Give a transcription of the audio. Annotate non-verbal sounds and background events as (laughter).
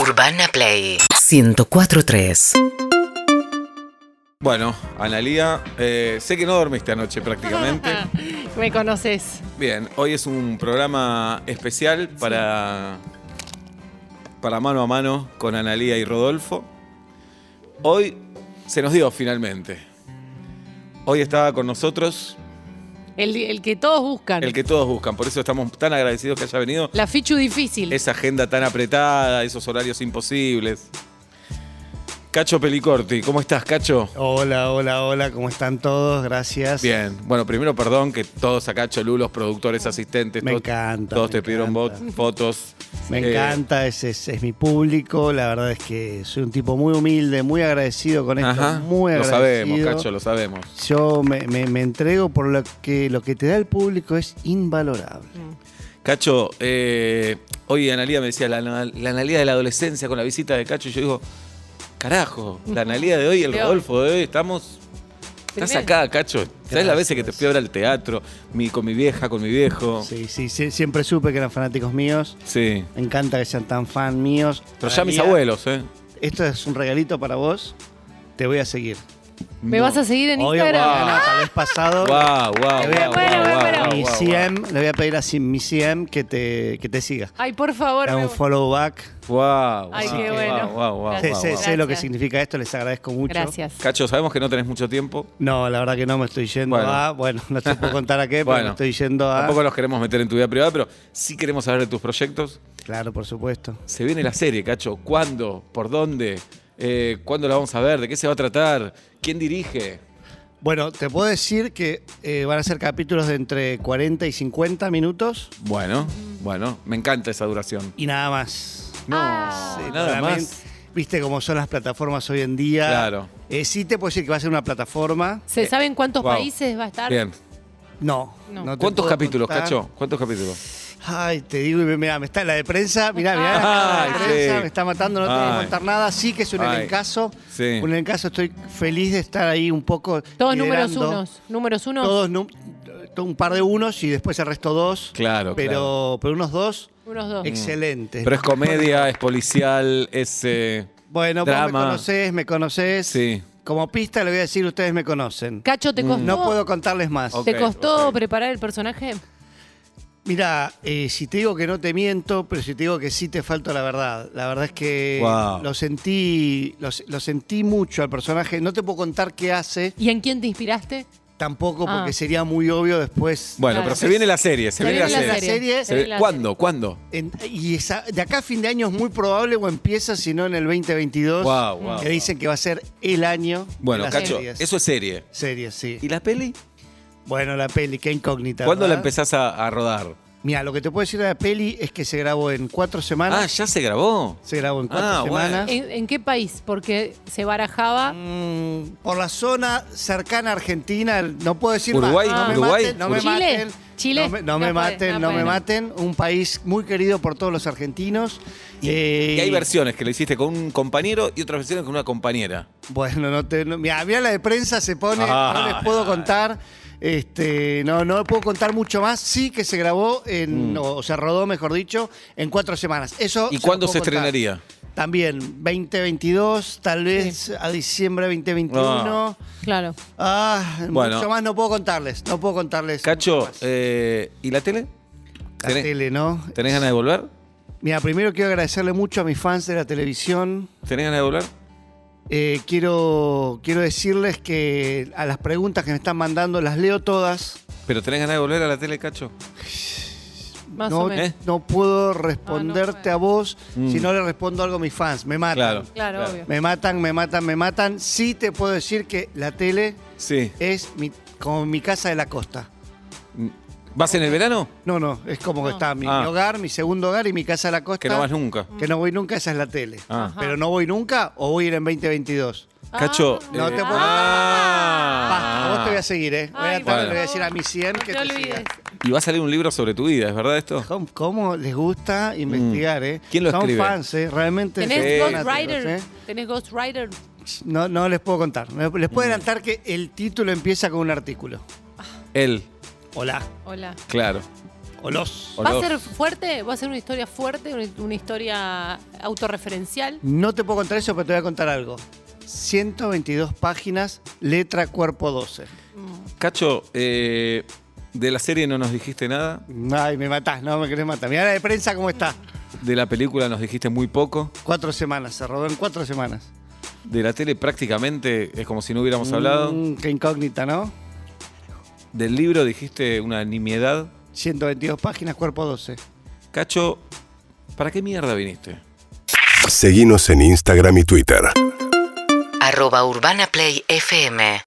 Urbana Play 104.3 Bueno, Analía, eh, sé que no dormiste anoche prácticamente. Me conoces. Bien, hoy es un programa especial para, para mano a mano con Analía y Rodolfo. Hoy se nos dio finalmente. Hoy estaba con nosotros El, el que todos buscan. el que todos buscan, por eso estamos tan agradecidos que haya venido. La fichu difícil. Esa agenda tan apretada, esos horarios imposibles. Cacho Pelicorti, ¿cómo estás, Cacho? Hola, hola, hola, ¿cómo están todos? Gracias. Bien, bueno, primero perdón que todos acá, Cholulos, productores, asistentes, Me todos, encanta, todos me te pidieron encanta. bot- fotos. Me Eh, encanta, es, es- es mi público. La verdad es que soy un tipo muy humilde, muy agradecido con esto. ajá, muy lo agradecido. sabemos, Cacho, lo sabemos. Yo me, me- me entrego por lo que lo que te da el público es invalorable. Cacho, eh, hoy Analía me decía la, la, la Analía de la adolescencia con la visita de Cacho y yo digo, carajo, la Analía de hoy, el De hoy. Rodolfo de hoy, estamos... Estás Tremendo. acá, Cacho. ¿Sabes las veces que te Gracias. fui a ver al teatro? Mi, con mi vieja, con mi viejo. Sí. Sí, sí, sí, siempre supe que eran fanáticos míos. Me encanta que sean tan fan míos. Pero ya mis Analía, abuelos, ¿eh? Esto es un regalito para vos. Te voy a seguir. ¿Me vas a seguir en Obvio, Instagram? bueno, Ah, tal vez pasado. Wow, wow, Le voy a Bueno, bueno, bueno. Mi CM, le voy a pedir a si- mi CM que te, que te siga. Ay, por favor. Da me- un follow back. Wow. Ay, qué bueno. Wow, wow, sé, Guau, sé- guau. sé lo que Gracias. significa esto, les agradezco mucho. Gracias. Cacho, sabemos que no tenés mucho tiempo. No, la verdad que no me estoy yendo Bueno. a. Bueno, no te puedo contar a qué, Eh, pero Bueno. me estoy yendo a. Tampoco los queremos meter en tu vida privada, pero sí queremos saber de tus proyectos. Claro, por supuesto. Se viene la serie, Cacho. ¿Cuándo? ¿Por dónde? Eh, ¿Cuándo la vamos a ver? ¿De qué se va a tratar? ¿Quién dirige? Bueno, te puedo decir que eh, van a ser capítulos de entre 40 y 50 minutos Bueno, bueno, me encanta esa duración. y nada más. No, Ah. Sí, nada claramente, más. Viste cómo son las plataformas hoy en día. Claro. Eh, sí te puedo decir que va a ser una plataforma. ¿Se saben cuántos Guau. países va a estar? Eh, Bien. No. No. no te ¿Cuántos puedo capítulos, contar. Cacho? ¿Cuántos capítulos? Ay, te digo, y mirá, me está la de prensa, mirá, (laughs) mirá, Ay, la de prensa, sí. me está matando, no te voy Ay. a contar nada. Sí que es un Ay. elencazo. Sí. Un elencazo, estoy feliz de estar ahí un poco. Todos liderando. números unos. Números unos. Todos nu- todo un par de unos y después el resto dos. Claro, pero, claro. pero unos dos Unos dos. excelentes. Pero es comedia, es policial, es. eh, bueno, vos me drama. conocés, me conocés. Sí. Mm. Como pista le voy a decir, ustedes me conocen. Cacho, ¿te costó, Mm. No puedo contarles más. Ok. ¿te costó ok. preparar el personaje? Mira, eh, si te digo que no te miento, pero si te digo que sí te falta la verdad. La verdad es que Wow. lo sentí, lo, lo sentí mucho al personaje. No te puedo contar qué hace, ¿Y en quién te inspiraste? tampoco, Ah. porque sería muy obvio después. Bueno, Claro. pero se viene la serie, se, viene, la, serie. serie. Se Se viene ve- la ¿Cuándo? ¿Cuándo? En- y esa- de acá a fin de año es muy probable o empieza, si no en el 2022, Wow, wow, que dicen que va a ser el año. de Bueno, las Cacho, series. eso es serie. Series, sí. ¿Y la peli? Bueno, la peli, qué incógnita. ¿Cuándo la ¿verdad? empezás a, a rodar? Mira, lo que te puedo decir de la peli es que se grabó en cuatro semanas. Ah, ya se grabó. Se grabó en cuatro Ah, bueno. semanas. ¿En, en qué país? Porque se barajaba. Mm, por la zona cercana a Argentina, no puedo decir Uruguay, más. No me Uruguay, maten, no me Chile, maten. Chile. No me, no No me puede, maten, no no, puede, me no. maten. Un país muy querido por todos los argentinos. Eh, Y hay versiones que lo hiciste con un compañero y otras versiones con una compañera. Bueno, no te. mira, la de prensa se pone, Ah, no les puedo contar. Este, no, no puedo contar mucho más. Sí que se grabó en, o se rodó, mejor dicho, en cuatro semanas. Eso. Mm. ¿Y Oh, lo cuándo puedo se contar. estrenaría? También, 2022, tal vez a diciembre de 2021. Claro. Ah, Bueno. mucho más no puedo contarles, no puedo contarles. mucho Cacho, más. eh, ¿y la tele? la ¿Tenés, tele, ¿no? tenés ganas de volver? Mira, primero quiero agradecerle mucho a mis fans de la televisión. ¿Tenés ganas de volver? Eh, quiero, quiero decirles que a las preguntas que me están mandando las leo todas. ¿Pero tenés ganas de volver a la tele, Cacho? Más no, o menos. Ah, ¿Eh? no puedo responderte puedo. a vos Mm. si no le respondo algo a mis fans. Me matan. Claro. Claro, obvio. Me matan, me matan, me matan. Sí te puedo decir que la tele Sí. es mi- como mi casa de la costa. ¿Vas en el verano? No, no, es como que está mi, Ah. mi hogar, mi segundo hogar y mi casa de la costa. Que no vas nunca. Que no voy nunca, esa es la tele. Ah. Ajá. Pero no voy nunca o voy a ir en 2022. Ah. Cacho. eh, No te puedo- Basta, vos te voy a seguir, ¿eh? Voy a Ay, tratar, Ah. bueno. le voy a decir a mi 100 No que te te siga. olvides. Y va a salir un libro sobre tu vida, ¿es verdad esto? ¿Cómo, cómo les gusta investigar, eh? Mm. ¿Quién lo Son escribe? fans, ¿eh? Realmente. ¿Tenés Sí. son Ghost fanáticos, Rider? ¿eh? ¿Tenés Ghost Rider? No, no les puedo contar. No Les Mm. puedo adelantar que el título empieza con un artículo. Él, Hola. Hola. claro. O los. O ¿Va a los. ser fuerte? ¿Va a ser una historia fuerte? ¿Una, una historia autorreferencial? No te puedo contar eso, pero te voy a contar algo. 122 páginas, letra cuerpo 12. Cacho, eh, de la serie no nos dijiste nada, Ay, me matás, no me querés matar. Mirá la de prensa cómo está. de la película nos dijiste muy poco, Cuatro semanas, se rodó en cuatro semanas. de la tele prácticamente es como si no hubiéramos hablado, Mm, qué incógnita, ¿no? del libro dijiste una nimiedad. 122 páginas, cuerpo 12. Cacho, ¿para qué mierda viniste? Seguinos en Instagram y Twitter. Arroba Urbana Play FM